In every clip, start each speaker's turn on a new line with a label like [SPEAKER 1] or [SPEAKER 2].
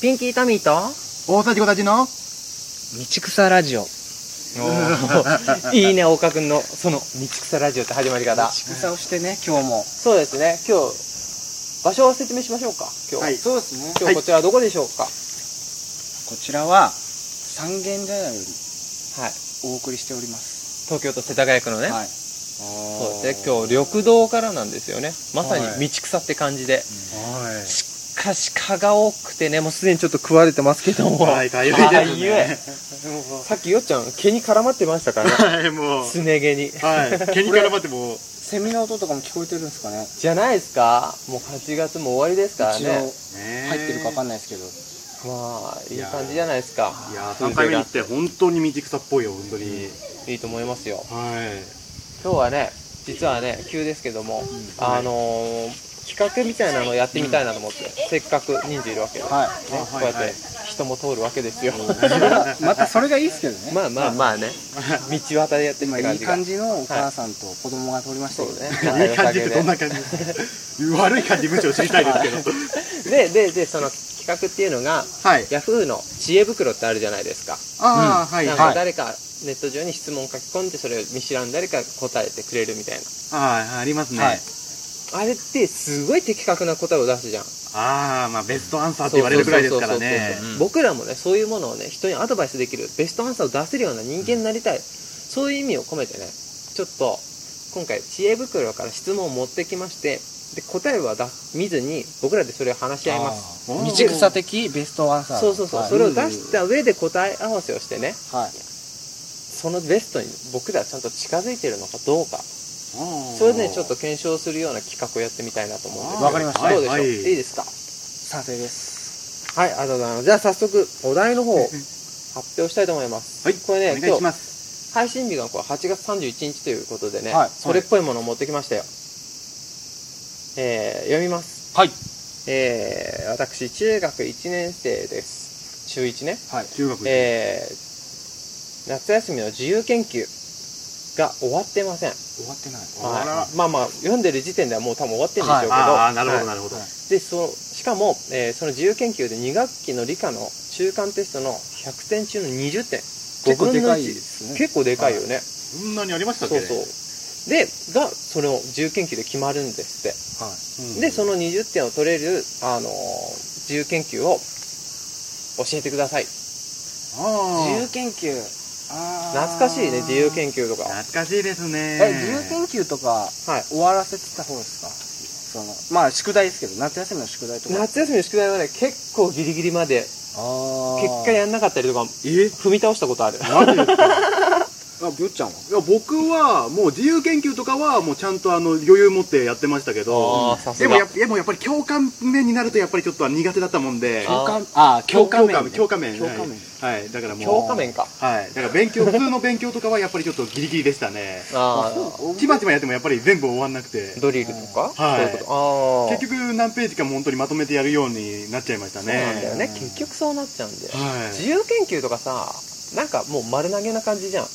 [SPEAKER 1] ピンキータミーと
[SPEAKER 2] 大さじ小さじ
[SPEAKER 1] 道
[SPEAKER 2] の
[SPEAKER 1] 草ラジオいいね岡君のその道草ラジオって始まり方
[SPEAKER 2] 草をしてね今日も
[SPEAKER 1] そうですね今日場所を説明しましょうか今日、
[SPEAKER 2] はいそうですね
[SPEAKER 1] 今日こちらはどこでしょうか
[SPEAKER 2] こちらは三軒茶屋より
[SPEAKER 1] はい
[SPEAKER 2] お送りしております
[SPEAKER 1] 東京都世田谷区のね、
[SPEAKER 2] はい
[SPEAKER 1] そうですね今日緑道からなんですよねまさ
[SPEAKER 2] は
[SPEAKER 1] に
[SPEAKER 2] い
[SPEAKER 1] 道草って感じで、
[SPEAKER 2] は
[SPEAKER 1] しかし蚊が多くてねもうすでにちょっと食われてますけども、
[SPEAKER 2] はいかゆいです
[SPEAKER 1] か
[SPEAKER 2] ね
[SPEAKER 1] ゆさっきよっちゃん毛に絡まってましたからね
[SPEAKER 3] はい、もう、
[SPEAKER 1] すね毛に
[SPEAKER 3] はい、毛に絡まってもう、
[SPEAKER 2] セミの音とかも聞こえてるんですかね
[SPEAKER 1] じゃないですかもう8月も終わりですから
[SPEAKER 2] 一応
[SPEAKER 1] ね
[SPEAKER 2] 入ってるかわか
[SPEAKER 3] ん
[SPEAKER 2] んないですけど
[SPEAKER 1] まあいい感じじゃないですか
[SPEAKER 3] ない。いやー、3回目に行って、本当に道草っぽいよ、本当に。
[SPEAKER 1] いいと思いますよ
[SPEAKER 3] はい。
[SPEAKER 1] 今日はね実はね急ですけども、あのー企画みたいなのをやってみたいなと思って、せっかく人数いるわけで、ね
[SPEAKER 2] は
[SPEAKER 1] こうやって人も通るわけですよ、
[SPEAKER 2] いまたそれがいいですけど ね
[SPEAKER 1] まあまあまあ ね道端でやってみ
[SPEAKER 2] 今
[SPEAKER 1] た
[SPEAKER 2] い
[SPEAKER 1] 感
[SPEAKER 2] い
[SPEAKER 1] じが
[SPEAKER 2] 感じのお母さんと子供が通りました
[SPEAKER 1] そう
[SPEAKER 2] けど
[SPEAKER 1] ね
[SPEAKER 2] ね
[SPEAKER 3] いい感じってどんな感じですか悪い感じ、むしろ知りたいですけど。
[SPEAKER 1] でででその企画っていうのが
[SPEAKER 3] はい。
[SPEAKER 1] ヤフーの知恵袋ってあるじゃないですか、
[SPEAKER 3] ああ、はい、
[SPEAKER 1] なん
[SPEAKER 3] は
[SPEAKER 1] か
[SPEAKER 3] い。
[SPEAKER 1] 誰かネット上に質問書き込んでそれを見知らん誰か答えてくれるみたいな
[SPEAKER 3] ああ、ありますね。
[SPEAKER 2] はい
[SPEAKER 1] あれってすごい的確な答えを出すじゃん
[SPEAKER 3] ああ、まあ、ベストアンサーって言われるくらいですか
[SPEAKER 1] そ
[SPEAKER 3] らね
[SPEAKER 1] うそうそうそう。僕らもねそういうものをね人にアドバイスできるベストアンサーを出せるような人間になりたい、そういう意味を込めてねちょっと今回知恵袋から質問を持ってきましてで答えは出見ずに僕らでそれを話し合います
[SPEAKER 3] お
[SPEAKER 2] 道
[SPEAKER 3] ー
[SPEAKER 2] 草的ベストアンサー
[SPEAKER 1] そうそうそう、
[SPEAKER 2] はい
[SPEAKER 1] それを出した上で答え合わせをしてね
[SPEAKER 2] はい
[SPEAKER 1] そのベストに僕らちゃんと近づいてるのかどうか
[SPEAKER 3] おー
[SPEAKER 1] それでねちょっと検証するような企画をやってみたいなと思うんですけど
[SPEAKER 2] わかりました
[SPEAKER 1] どうでしょう、、
[SPEAKER 3] はいはいい
[SPEAKER 1] いですか
[SPEAKER 2] 賛成です
[SPEAKER 1] はい、ありがとうございます。じゃあ早速、お題の方を発表したいと思います。
[SPEAKER 3] はい、
[SPEAKER 1] これ
[SPEAKER 3] お
[SPEAKER 1] ね、今
[SPEAKER 3] 願いし
[SPEAKER 1] 日、
[SPEAKER 3] ます。
[SPEAKER 1] 配信日がこれ8月31日ということでね、
[SPEAKER 2] はい
[SPEAKER 1] それっぽいものを持ってきましたよ。えー、読みます。
[SPEAKER 2] はい
[SPEAKER 1] えー、私、中学1年生です。中1ね。
[SPEAKER 2] はい
[SPEAKER 3] 中学生。
[SPEAKER 1] えー、夏休みの自由研究が終わってません。
[SPEAKER 2] 終わってない
[SPEAKER 3] あら
[SPEAKER 1] はい、まあまあ、読んでる時点ではもう多分終わってるんでしょうけど。
[SPEAKER 3] ああ、なるほ
[SPEAKER 1] は
[SPEAKER 3] ど、
[SPEAKER 1] い
[SPEAKER 3] なるほど。
[SPEAKER 1] でそのしかも、えーその自由研究で2学期の理科の中間テストの100点中の20点
[SPEAKER 2] 結構
[SPEAKER 1] 5
[SPEAKER 2] で
[SPEAKER 1] 分の
[SPEAKER 2] かい
[SPEAKER 1] 1
[SPEAKER 2] ですね
[SPEAKER 1] 結構でかいよね、
[SPEAKER 3] そんなにありましたっ
[SPEAKER 1] そ
[SPEAKER 3] け
[SPEAKER 1] うそうでがその自由研究で決まるんです
[SPEAKER 2] は
[SPEAKER 1] っ
[SPEAKER 2] い
[SPEAKER 3] う
[SPEAKER 1] て
[SPEAKER 3] ん
[SPEAKER 1] でその20点を取れる、あのー自由研究を教えてください
[SPEAKER 3] あ
[SPEAKER 2] 自
[SPEAKER 3] ー
[SPEAKER 2] 由研究あー
[SPEAKER 1] 懐かしいね自由研究とか
[SPEAKER 3] 懐かしいですね。
[SPEAKER 2] え自由研究とか
[SPEAKER 1] はい
[SPEAKER 2] 終わらせてた方ですかそのまあ宿題ですけど夏休みの宿題とか
[SPEAKER 1] 夏休みの宿題はね結構ギリギリまで
[SPEAKER 2] あ
[SPEAKER 1] 結果やんなかったりとか踏み倒したことある
[SPEAKER 3] マジですか
[SPEAKER 2] あぶっちゃんはい
[SPEAKER 3] や僕はもう自由研究とかはもうちゃんとあの余裕持ってやってましたけ
[SPEAKER 1] あ
[SPEAKER 3] ど
[SPEAKER 1] ーさす
[SPEAKER 3] で
[SPEAKER 1] が
[SPEAKER 3] もやっぱでもやっぱり教官面になるとやっぱりちょっと苦手だったもんで
[SPEAKER 1] あ
[SPEAKER 2] 教官あー教官面ね
[SPEAKER 3] 教官面
[SPEAKER 2] 教官面
[SPEAKER 3] はい、はいだからもう
[SPEAKER 1] 教科面か
[SPEAKER 3] はいだから勉強普通の勉強とかはやっぱりちょっとギリギリでしたね
[SPEAKER 1] あー
[SPEAKER 2] そう
[SPEAKER 3] ちまちまやってもやっぱり全部終わんなくて
[SPEAKER 1] ドリルとか、
[SPEAKER 3] はい
[SPEAKER 1] そういうことああ
[SPEAKER 3] 結局何ページかも本当にまとめてやるようになっちゃいましたね
[SPEAKER 1] そうなんだよね、
[SPEAKER 2] ね
[SPEAKER 1] 結局そうなっちゃうんだよ、
[SPEAKER 3] はい
[SPEAKER 1] 自由研究とかさなんかもう丸投げな感じじゃん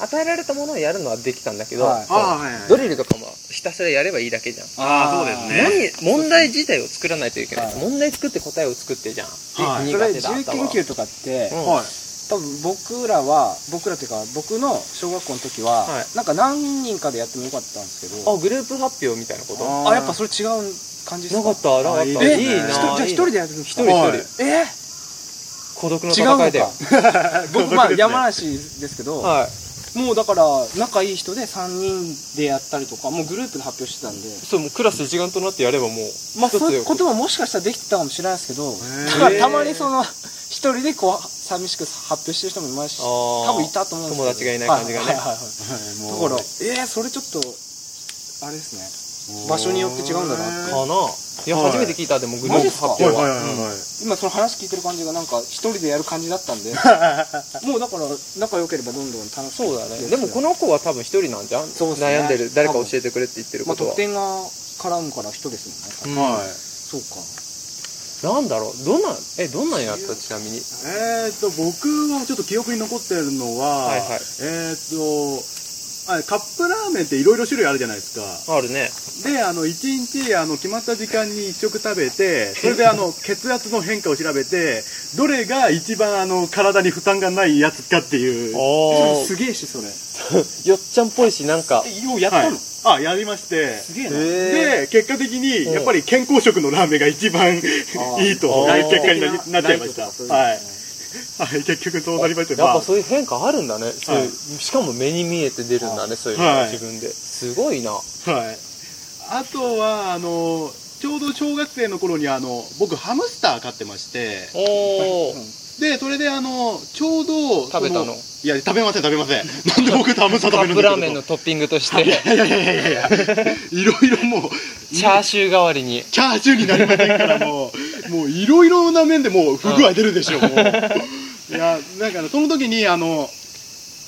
[SPEAKER 1] 与えられたものをやるのはできたんだけど、
[SPEAKER 2] はい
[SPEAKER 1] そう
[SPEAKER 3] あーはいはい
[SPEAKER 1] ドリルとかもひたすらやればいいだけじゃん、
[SPEAKER 3] あーそうですね
[SPEAKER 1] 何問題自体を作らないといけない、
[SPEAKER 2] はい
[SPEAKER 1] 問題作って答えを作ってじゃん、
[SPEAKER 3] はい
[SPEAKER 1] 苦
[SPEAKER 2] それ
[SPEAKER 1] 手
[SPEAKER 2] 自
[SPEAKER 1] だ
[SPEAKER 2] 由
[SPEAKER 1] ったわ
[SPEAKER 2] 研究とかって
[SPEAKER 1] うん
[SPEAKER 3] はい
[SPEAKER 2] 多分僕らは僕らっていうか僕の小学校の時は
[SPEAKER 1] はい
[SPEAKER 2] なんか何人かでやってもよかったんですけど
[SPEAKER 1] あグループ発表みたいなことな
[SPEAKER 2] あや
[SPEAKER 3] あ
[SPEAKER 2] っぱそれ違う感じで
[SPEAKER 1] か
[SPEAKER 2] す
[SPEAKER 1] ったなかったい
[SPEAKER 3] あ
[SPEAKER 1] い
[SPEAKER 3] いい
[SPEAKER 1] な
[SPEAKER 2] え
[SPEAKER 3] ねい
[SPEAKER 2] ひ
[SPEAKER 3] いな
[SPEAKER 2] とじゃあ一人でやるんです
[SPEAKER 1] 一人
[SPEAKER 2] か
[SPEAKER 1] 一人、
[SPEAKER 2] え
[SPEAKER 3] はい
[SPEAKER 1] 孤独の
[SPEAKER 2] 違
[SPEAKER 1] 戦
[SPEAKER 2] う の
[SPEAKER 1] いだよ
[SPEAKER 2] か僕まあ山梨ですけど
[SPEAKER 1] はい
[SPEAKER 2] もうだから仲いい人で3人でやったりとかもうグループで発表してたんで
[SPEAKER 1] そうもうクラス一丸となってやればもう
[SPEAKER 2] まあ
[SPEAKER 1] 一つ
[SPEAKER 2] そう
[SPEAKER 1] で
[SPEAKER 2] いうことももしかしたらできてたかもしれないですけど
[SPEAKER 3] ー
[SPEAKER 2] だからたまにその一人でこう寂しく発表してる人もいますし
[SPEAKER 1] あー
[SPEAKER 2] 多分いたと思うんです
[SPEAKER 1] 友達
[SPEAKER 2] けど
[SPEAKER 1] がいない感じがね
[SPEAKER 2] はいはいはいはい
[SPEAKER 3] はいもう
[SPEAKER 2] だからえー、それちょっとあれですね
[SPEAKER 3] もう
[SPEAKER 2] 場所によって違うんだなって
[SPEAKER 1] かないや、
[SPEAKER 3] はい
[SPEAKER 1] 初めて聞いたでもグルー
[SPEAKER 2] マ
[SPEAKER 1] プ
[SPEAKER 2] ジっす
[SPEAKER 1] 発
[SPEAKER 2] か
[SPEAKER 1] 表
[SPEAKER 3] はい
[SPEAKER 1] は、
[SPEAKER 3] はいはいはい
[SPEAKER 2] 今その話聞いてる感じがなんか一人でやる感じだっ たんでもうだから仲良ければどんどん楽しく
[SPEAKER 1] そうだねでもこの子は多分一人なんじゃん、
[SPEAKER 2] そうっすね
[SPEAKER 1] 悩んでる誰か教えてくれって言ってる
[SPEAKER 2] ま
[SPEAKER 1] こと
[SPEAKER 2] あ
[SPEAKER 1] は
[SPEAKER 2] 得、点が絡むから人ですもんね、
[SPEAKER 3] はい
[SPEAKER 2] そうか
[SPEAKER 1] なんだろうどんなえどんなんやったちなみに
[SPEAKER 3] えー、と僕はちょっと記憶に残ってるのは、
[SPEAKER 1] はいはい
[SPEAKER 3] えー、とあカップラーメンっていろいろ種類あるじゃないですか。
[SPEAKER 1] あるね
[SPEAKER 3] で、あの、一日、あの、決まった時間に一食食べて、それで、あの、血圧の変化を調べて、どれが一番、あの、体に負担がないやつかっていう。
[SPEAKER 1] お
[SPEAKER 2] すげえしそれ
[SPEAKER 1] よっちゃんっぽいしなんか
[SPEAKER 2] えようやったの、
[SPEAKER 3] はい、あ、やりまして。
[SPEAKER 2] すげえな、
[SPEAKER 1] へ
[SPEAKER 3] で、結果的に、
[SPEAKER 1] うん
[SPEAKER 3] やっぱり健康食のラーメンが一番いい
[SPEAKER 1] あ
[SPEAKER 3] と、
[SPEAKER 1] ー
[SPEAKER 3] いう結果になりなっちゃいました。はい。
[SPEAKER 2] い
[SPEAKER 3] はい、結局そうなりました。
[SPEAKER 1] やっ
[SPEAKER 3] ま
[SPEAKER 1] ぱ
[SPEAKER 3] あ、
[SPEAKER 1] そういう変化あるんだね、そういうしかも目に見えて出るんだねそういうのが
[SPEAKER 3] はい
[SPEAKER 1] 自分ですごいな
[SPEAKER 3] はい。あとは、あの、ちょうど小学生の頃に、あの、僕、ハムスター飼ってまして、
[SPEAKER 1] おお
[SPEAKER 3] で、それで、あの、ちょうど、
[SPEAKER 1] 食べた
[SPEAKER 3] そ
[SPEAKER 1] の
[SPEAKER 3] いや、食べません、食べません。なんで僕、ハムスター
[SPEAKER 1] カップ
[SPEAKER 3] 食べるんですか
[SPEAKER 1] ラーメンのトッピングとし
[SPEAKER 3] いや
[SPEAKER 1] て
[SPEAKER 3] いやいやいやいやいや、いろいろもう、
[SPEAKER 1] チャーシュー代わりに
[SPEAKER 3] チャーシューになりませんからもう、もういろいろな面でもう不具合出るでし ょう、もういや、だからその時に、あの、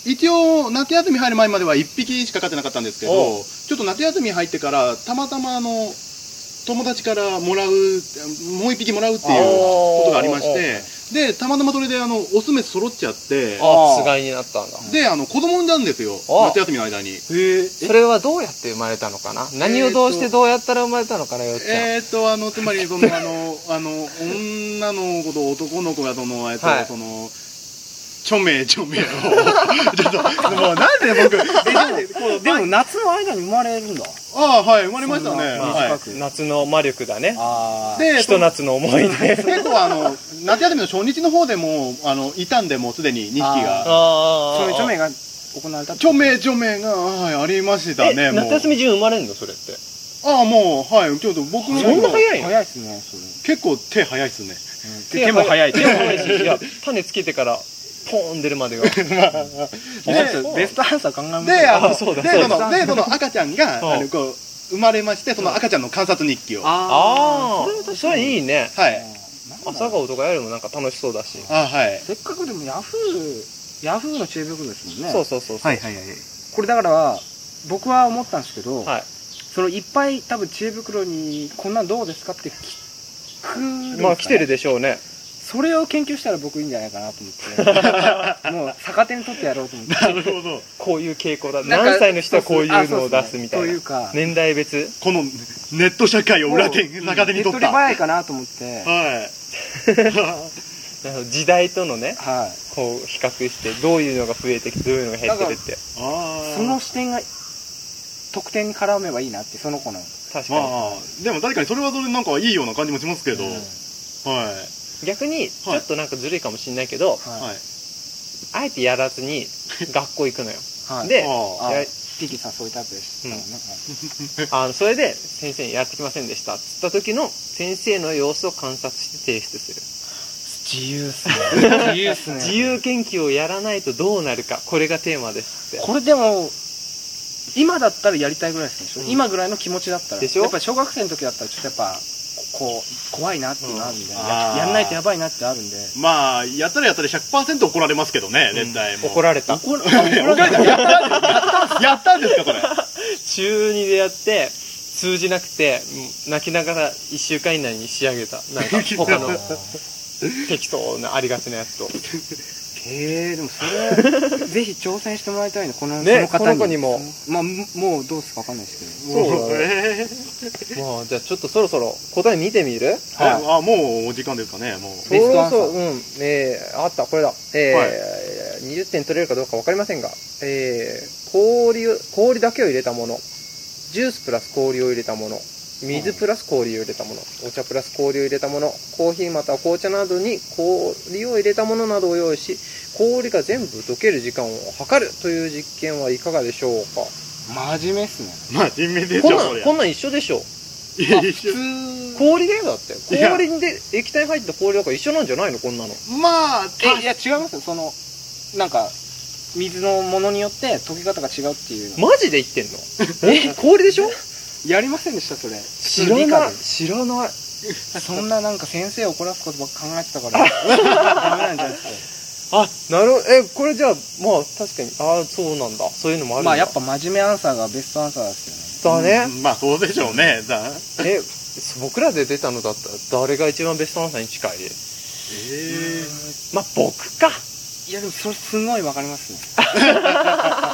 [SPEAKER 3] 一応、夏休み入る前までは1匹しか飼ってなかったんですけど、
[SPEAKER 1] おう
[SPEAKER 3] ちょっと夏休み入ってから、たまたまあの、友達からもらう、もう1匹もらうっていうことがありまして、で、たまたまそれで、あの、オスメス揃っちゃって、
[SPEAKER 1] あ
[SPEAKER 2] あー
[SPEAKER 1] つがいになったんだ
[SPEAKER 3] で、あの、子供産んだんですよ、
[SPEAKER 1] あ
[SPEAKER 3] 夏休みの間に。
[SPEAKER 2] へえ
[SPEAKER 1] それはどうやって生まれたのかな何をどうしてどうやったら生まれたのかなよっちゃん、
[SPEAKER 3] えーっと、あの、つまり、その、あ の、あの、女の子と男の子が、その、えっと、
[SPEAKER 1] はい
[SPEAKER 3] その、ちょめちょめを、 ちょっと、もう、なんで僕、
[SPEAKER 2] えなんでこうでも夏の間に生まれるんだ
[SPEAKER 3] ああ、はい、生まれました
[SPEAKER 2] そ
[SPEAKER 3] ね。
[SPEAKER 2] んな
[SPEAKER 3] は
[SPEAKER 2] 短
[SPEAKER 3] い。
[SPEAKER 2] く、
[SPEAKER 1] 夏の魔力だね
[SPEAKER 2] ああ
[SPEAKER 3] で、
[SPEAKER 1] ひと夏の思い出
[SPEAKER 3] 結構、あの、夏休みの初日の方でも、あの、いたんで、もうすでに2匹が。
[SPEAKER 1] あ
[SPEAKER 2] そういう著
[SPEAKER 1] め
[SPEAKER 2] 名が行われたって
[SPEAKER 3] ちょめちょめが、はい、ありましたね、もう
[SPEAKER 1] 夏。休み中生まれんのそれって
[SPEAKER 3] ああ、もう、はい、ちょっと僕の
[SPEAKER 1] そんな早いの
[SPEAKER 2] 早いっすねそれ
[SPEAKER 3] 結構手早いっすね。
[SPEAKER 1] 手
[SPEAKER 3] 手も早い
[SPEAKER 1] 手も早いしいや種つけてからポーン出るまでが
[SPEAKER 2] ちょっとベストアンサー考えます
[SPEAKER 3] で、あの、
[SPEAKER 1] あ
[SPEAKER 3] で、
[SPEAKER 1] そ
[SPEAKER 3] そう
[SPEAKER 1] だ
[SPEAKER 3] の、
[SPEAKER 1] そうだ
[SPEAKER 3] で、その赤ちゃんが、
[SPEAKER 1] うん
[SPEAKER 3] あの、こう、生まれまして、その赤ちゃんの観察日記を。は
[SPEAKER 1] あ
[SPEAKER 2] あー
[SPEAKER 1] あそれいいね
[SPEAKER 3] い。
[SPEAKER 1] 朝
[SPEAKER 2] なんだろう
[SPEAKER 1] 顔とかよりもなんか楽しそうだし
[SPEAKER 3] あはい。
[SPEAKER 2] せっかくでもヤフーヤフーの知恵袋ですもんね
[SPEAKER 1] そうそうそうそう
[SPEAKER 3] いはいはい。
[SPEAKER 2] これだから僕は思ったんですけど、
[SPEAKER 1] はい
[SPEAKER 2] そのいっぱい多分知恵袋にこんなんどうですかって聞くんですかね
[SPEAKER 1] まあ来てるでしょうね
[SPEAKER 2] それを研究したら僕いいんじゃないかなと思っ てもう逆手に取ってやろうと思って
[SPEAKER 3] なるほど。
[SPEAKER 1] こういう傾向だ
[SPEAKER 2] なんか
[SPEAKER 1] 何歳の人はこういうのを出すみた
[SPEAKER 2] あそうそうとい
[SPEAKER 1] いう
[SPEAKER 2] か
[SPEAKER 1] な年代別
[SPEAKER 3] このネット社会を裏手に、中手
[SPEAKER 2] 手
[SPEAKER 3] に取
[SPEAKER 2] 手っ取
[SPEAKER 3] っ
[SPEAKER 2] り
[SPEAKER 3] た。はい。
[SPEAKER 2] 早いかなと思って
[SPEAKER 1] あの時代とのね
[SPEAKER 2] はい
[SPEAKER 1] こう比較してどういうのが増えてきてどういうのが減ってるって
[SPEAKER 3] あ
[SPEAKER 2] その視点が得点に絡めばいいなってその子の
[SPEAKER 1] 確か
[SPEAKER 3] ま
[SPEAKER 1] に、
[SPEAKER 3] あ、でも確かにそれはそれでなんかいいような感じもしますけど。
[SPEAKER 2] うん
[SPEAKER 3] はい。
[SPEAKER 1] 逆にちょっとなんかずるいかもしれないけど、
[SPEAKER 2] はい
[SPEAKER 3] はい。
[SPEAKER 1] あえてやらずに学校行くのよ
[SPEAKER 2] はい
[SPEAKER 1] で
[SPEAKER 3] あ
[SPEAKER 2] あ
[SPEAKER 1] や
[SPEAKER 2] ピキさんそういうタイプですからね、
[SPEAKER 1] あのそれで先生にやってきませんでしたっつった時の先生の様子を観察して提出する
[SPEAKER 2] 自由っすね自由っすね
[SPEAKER 1] 自由研究をやらないとどうなるかこれがテーマですって
[SPEAKER 2] これでも今だったらやりたいぐらいですね、
[SPEAKER 1] うん
[SPEAKER 2] 今ぐらいの気持ちだったら
[SPEAKER 1] でしょ
[SPEAKER 2] やっぱ小学生の時だったらちょっとやっぱこう怖いなっていうのあるんで、
[SPEAKER 1] うん
[SPEAKER 2] や
[SPEAKER 3] あー
[SPEAKER 2] やんないとやばいなってあるんで
[SPEAKER 3] まあ、やったらやったら100%怒られますけどね、絶対もう。
[SPEAKER 1] 怒られた
[SPEAKER 2] 怒 る
[SPEAKER 3] 怒られた。やったやったんですか、それ。
[SPEAKER 1] 中2でやって通じなくてうん泣きながら1週間以内に仕上げたなんか他の適当なありがちなやつと
[SPEAKER 2] えー、でもそ れぜひ挑戦してもらいたいのこの,、
[SPEAKER 1] ね
[SPEAKER 2] この方に
[SPEAKER 1] この子にも
[SPEAKER 2] まあむもうどうすかわかんないです
[SPEAKER 1] そうだね
[SPEAKER 3] もえー
[SPEAKER 1] まあじゃあちょっとそろそろ答え見てみる
[SPEAKER 2] はい
[SPEAKER 3] あ、もうお時間ですかね、もう。
[SPEAKER 1] そ
[SPEAKER 2] ベスト
[SPEAKER 1] ろ
[SPEAKER 2] アンサ
[SPEAKER 1] そ
[SPEAKER 2] ー
[SPEAKER 1] ろうんえー、あったこれだえー20点取れるかどうか分かりませんがえー、氷を氷だけを入れたものジュースプラス氷を入れたもの水プラス氷を入れたもの、お茶プラス氷を入れたものコーヒーまたは紅茶などに氷を入れたものなどを用意し氷が全部溶ける時間を測るという実験はいかがでしょうか
[SPEAKER 2] けど真面目っすね
[SPEAKER 3] まあ、人命で
[SPEAKER 1] こん
[SPEAKER 3] しょ、
[SPEAKER 1] な
[SPEAKER 3] そ
[SPEAKER 1] ん
[SPEAKER 3] りゃ
[SPEAKER 1] こんなん一緒でしょ
[SPEAKER 3] い
[SPEAKER 2] あ
[SPEAKER 3] や 一緒
[SPEAKER 2] 普通
[SPEAKER 1] 氷だよだって
[SPEAKER 3] いや
[SPEAKER 1] 氷で液体入った氷だから一緒なんじゃないのこんなの
[SPEAKER 3] まあ、
[SPEAKER 2] えいや違いますよそのなんか水のものによって溶け方が違うっていうの
[SPEAKER 1] マジで言ってんのえ氷でしょ
[SPEAKER 2] やりませんでしたそれ
[SPEAKER 1] 知ら
[SPEAKER 2] 理科
[SPEAKER 1] な
[SPEAKER 2] で
[SPEAKER 1] い知ら ない
[SPEAKER 2] そんななんか先生を怒らすことばっか考えてた から、ダメなんじゃないです
[SPEAKER 1] あなるほどえこれじゃあまあ確かにああそうなんだそういうのもある
[SPEAKER 2] か。
[SPEAKER 1] んだ
[SPEAKER 2] まあやっぱ真面目アンサーがベストアンサーです
[SPEAKER 1] だね、
[SPEAKER 3] まあ、そうでしょうね。だ
[SPEAKER 1] えそ僕らで出たのだったら誰が一番ベストアンサーに近い
[SPEAKER 3] え
[SPEAKER 1] まあ僕か
[SPEAKER 2] いやでもそれすごいわかります ね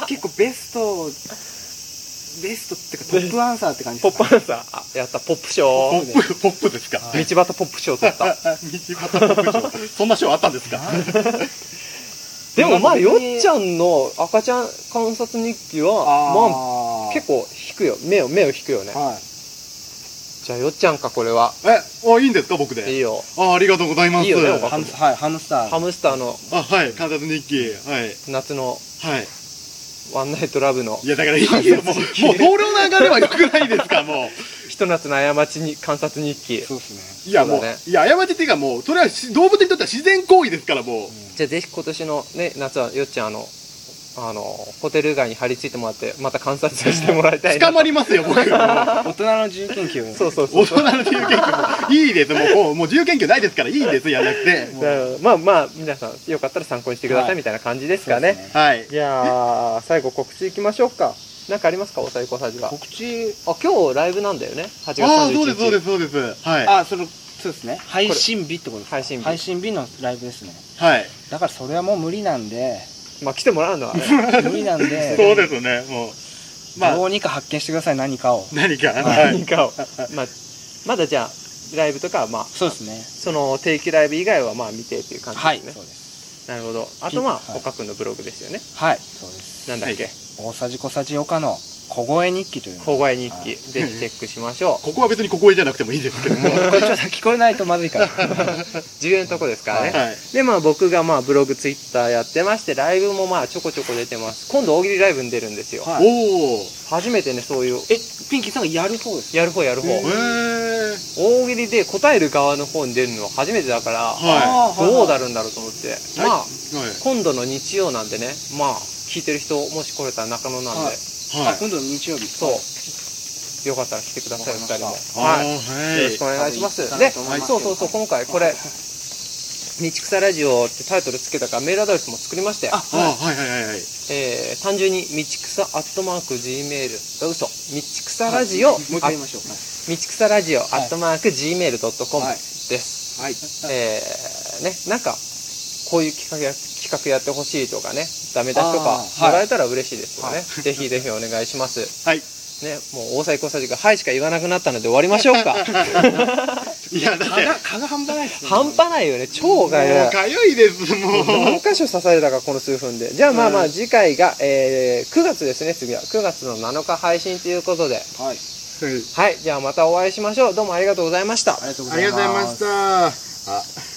[SPEAKER 2] 結構ベストベストってかトップアンサーって感じ
[SPEAKER 1] ポ
[SPEAKER 2] で
[SPEAKER 1] ッ
[SPEAKER 2] す
[SPEAKER 1] プ
[SPEAKER 2] か
[SPEAKER 1] アンサー、あ、やった、ポップ賞。
[SPEAKER 3] ポ
[SPEAKER 1] 道
[SPEAKER 3] ップ、ポップですか
[SPEAKER 2] は
[SPEAKER 1] 端ポップ賞取った。
[SPEAKER 3] あ道端ポップ賞そんな賞あったんですか
[SPEAKER 1] でもまあ、
[SPEAKER 2] なん
[SPEAKER 1] よ
[SPEAKER 2] か
[SPEAKER 1] っ
[SPEAKER 2] 別に
[SPEAKER 1] ちゃんの赤ちゃん観察日記は、
[SPEAKER 2] あ
[SPEAKER 1] ま
[SPEAKER 2] あ
[SPEAKER 1] あ、結構引くよ。目を、目を引くよね。
[SPEAKER 2] はい
[SPEAKER 1] じゃあ、よっちゃんか、これは。
[SPEAKER 3] え、あ、いいんですか僕
[SPEAKER 1] いい
[SPEAKER 3] で。
[SPEAKER 1] よ。
[SPEAKER 3] あ、ありがとうございます。
[SPEAKER 1] いいよね岡
[SPEAKER 3] あ、
[SPEAKER 2] ハムスはいハムスター
[SPEAKER 1] ハムスターの
[SPEAKER 3] はい。観察日記。はい。
[SPEAKER 1] 夏の
[SPEAKER 3] はい。
[SPEAKER 1] ワンナイトラブの
[SPEAKER 3] いや、だからいいよ。もう、もう同僚の流れは良くないですかもう。
[SPEAKER 1] ひと夏の過ちに観察日記。
[SPEAKER 2] そうですね
[SPEAKER 3] いや、も
[SPEAKER 1] そ
[SPEAKER 3] う、
[SPEAKER 1] うだね
[SPEAKER 3] いや、過ちっていうかもう、それはし動物にとっては自然行為ですから、もう。
[SPEAKER 1] じゃあ、ぜひ今年のね、夏はよっちゃん、あの、あの、ホテル街に張り付いてもらって、また観察してもらいたいな。
[SPEAKER 3] 捕まりますよ、僕。もう大
[SPEAKER 2] 大人の自由研究
[SPEAKER 1] そううそうそう。
[SPEAKER 3] 人の自由研究も、いいです。もうもう、もう自由研究ないですから、いいです。やらなくて。
[SPEAKER 1] だからまあまあ、皆さん、よかったら参考にしてくださ
[SPEAKER 2] はいい
[SPEAKER 1] みたいな感じですかね。
[SPEAKER 3] はい。
[SPEAKER 1] じゃあ、最後告知いきましょうか。なんかありますかおさえこさじは。あ、
[SPEAKER 2] 告知
[SPEAKER 1] 今日ライブなんだよね。8月31日。
[SPEAKER 3] ああ、そうです、そうです、そうです。はい。
[SPEAKER 2] あそのそうですね配信日ってことですか
[SPEAKER 1] 配信日
[SPEAKER 2] 配信日のライブですね
[SPEAKER 3] はい。
[SPEAKER 2] だからそれはもう無理なんで
[SPEAKER 1] まあ、来てもらうのはね。
[SPEAKER 2] 無理なんで
[SPEAKER 3] そうですね、もう。ま
[SPEAKER 2] ど
[SPEAKER 3] あ、
[SPEAKER 2] うにか発見してください何かを
[SPEAKER 3] 何か。は
[SPEAKER 1] 何
[SPEAKER 3] い。
[SPEAKER 1] かを。まあ、まだじゃあ、ライブとかは、まあ、
[SPEAKER 2] そうですね
[SPEAKER 1] その定期ライブ以外は、まあ、見てっていう感じ
[SPEAKER 2] はい
[SPEAKER 1] ですね。
[SPEAKER 2] そうです
[SPEAKER 1] なるほど。あと、まあ、
[SPEAKER 2] はい
[SPEAKER 1] 岡くんのブログですよね。
[SPEAKER 2] はいそうです
[SPEAKER 1] なんだっけ。
[SPEAKER 3] は
[SPEAKER 2] 大さじ小さじ岡の小声日記というの
[SPEAKER 1] 小声日
[SPEAKER 2] は
[SPEAKER 1] 記。
[SPEAKER 2] い
[SPEAKER 1] ぜひチェックしましょう。
[SPEAKER 3] ここは別にここへじゃなくてもいいですけども。は
[SPEAKER 2] これちょっと聞こえないとまずいから
[SPEAKER 1] 重要なとこですからね。
[SPEAKER 3] い。
[SPEAKER 1] で、まあ僕がまあブログ、ツイッターやってまして、ライブもまあちょこちょこ出てます。今度大喜利ライブに出るんですよ。
[SPEAKER 2] はい
[SPEAKER 3] おお。
[SPEAKER 1] 初めてね、そういう、
[SPEAKER 2] えピンキーさんがやる方です
[SPEAKER 1] やる方やる方。
[SPEAKER 2] へ
[SPEAKER 3] へえ。
[SPEAKER 1] 大喜利で答える側の方に出るのは初めてだから、
[SPEAKER 3] は
[SPEAKER 2] あーはい
[SPEAKER 1] どうなるんだろうと思って。
[SPEAKER 3] い。
[SPEAKER 1] まあ、
[SPEAKER 3] はい。
[SPEAKER 1] 今度の日曜なんでね、まあ、聞いてる人、もし来れたら中野なんで、
[SPEAKER 2] はい
[SPEAKER 3] は
[SPEAKER 2] あ今度の日曜日
[SPEAKER 1] そう。よかったら来てください、
[SPEAKER 2] わ
[SPEAKER 1] 二
[SPEAKER 2] かり
[SPEAKER 1] 人も
[SPEAKER 2] まし。
[SPEAKER 1] はい。
[SPEAKER 3] い。
[SPEAKER 1] よろしくお
[SPEAKER 3] はい。
[SPEAKER 1] 願いします
[SPEAKER 2] はい。
[SPEAKER 1] で、
[SPEAKER 2] 行かないと思います
[SPEAKER 1] そうそうそう、今回これ、道草ラジオってタイトルつけたからメールアドレスも作りまして、
[SPEAKER 2] あ
[SPEAKER 3] あ、はいはいはいはい。
[SPEAKER 1] えー単純に道草アットマーク Gmail、あ嘘、道草ラジオ、
[SPEAKER 2] もう一
[SPEAKER 1] あ
[SPEAKER 2] 回言いましょう
[SPEAKER 1] 道草ラジオア
[SPEAKER 2] い
[SPEAKER 1] ットマーク Gmail.com
[SPEAKER 2] はい
[SPEAKER 1] です。
[SPEAKER 2] はい
[SPEAKER 1] えーね、なんか、こういう企画や企画やってほしいとかね、ダメ出しとか
[SPEAKER 2] あーはい
[SPEAKER 1] もらえたら嬉しいですよね。
[SPEAKER 2] は
[SPEAKER 1] ぜひぜひお願いします。
[SPEAKER 3] はい。
[SPEAKER 1] ね、もう大崎小さじが、はいしか言わなくなったので終わりましょうか。
[SPEAKER 3] いや、だって、も
[SPEAKER 2] 蚊が半端ないですね
[SPEAKER 1] 半端ないよね、超
[SPEAKER 3] う
[SPEAKER 1] がよ。
[SPEAKER 3] かゆいです、もう。
[SPEAKER 1] 何箇所刺されたか、この数分で。じゃあまあまあ、次回が、えー9月ですね、次は。9月の7日配信ということで。
[SPEAKER 2] はい
[SPEAKER 1] はい、じゃあまたお会いしましょう。どうもありがとうございました。
[SPEAKER 2] ありがとうご
[SPEAKER 3] あり
[SPEAKER 2] ざい
[SPEAKER 3] がとうござい
[SPEAKER 2] ま
[SPEAKER 3] ますした。あ。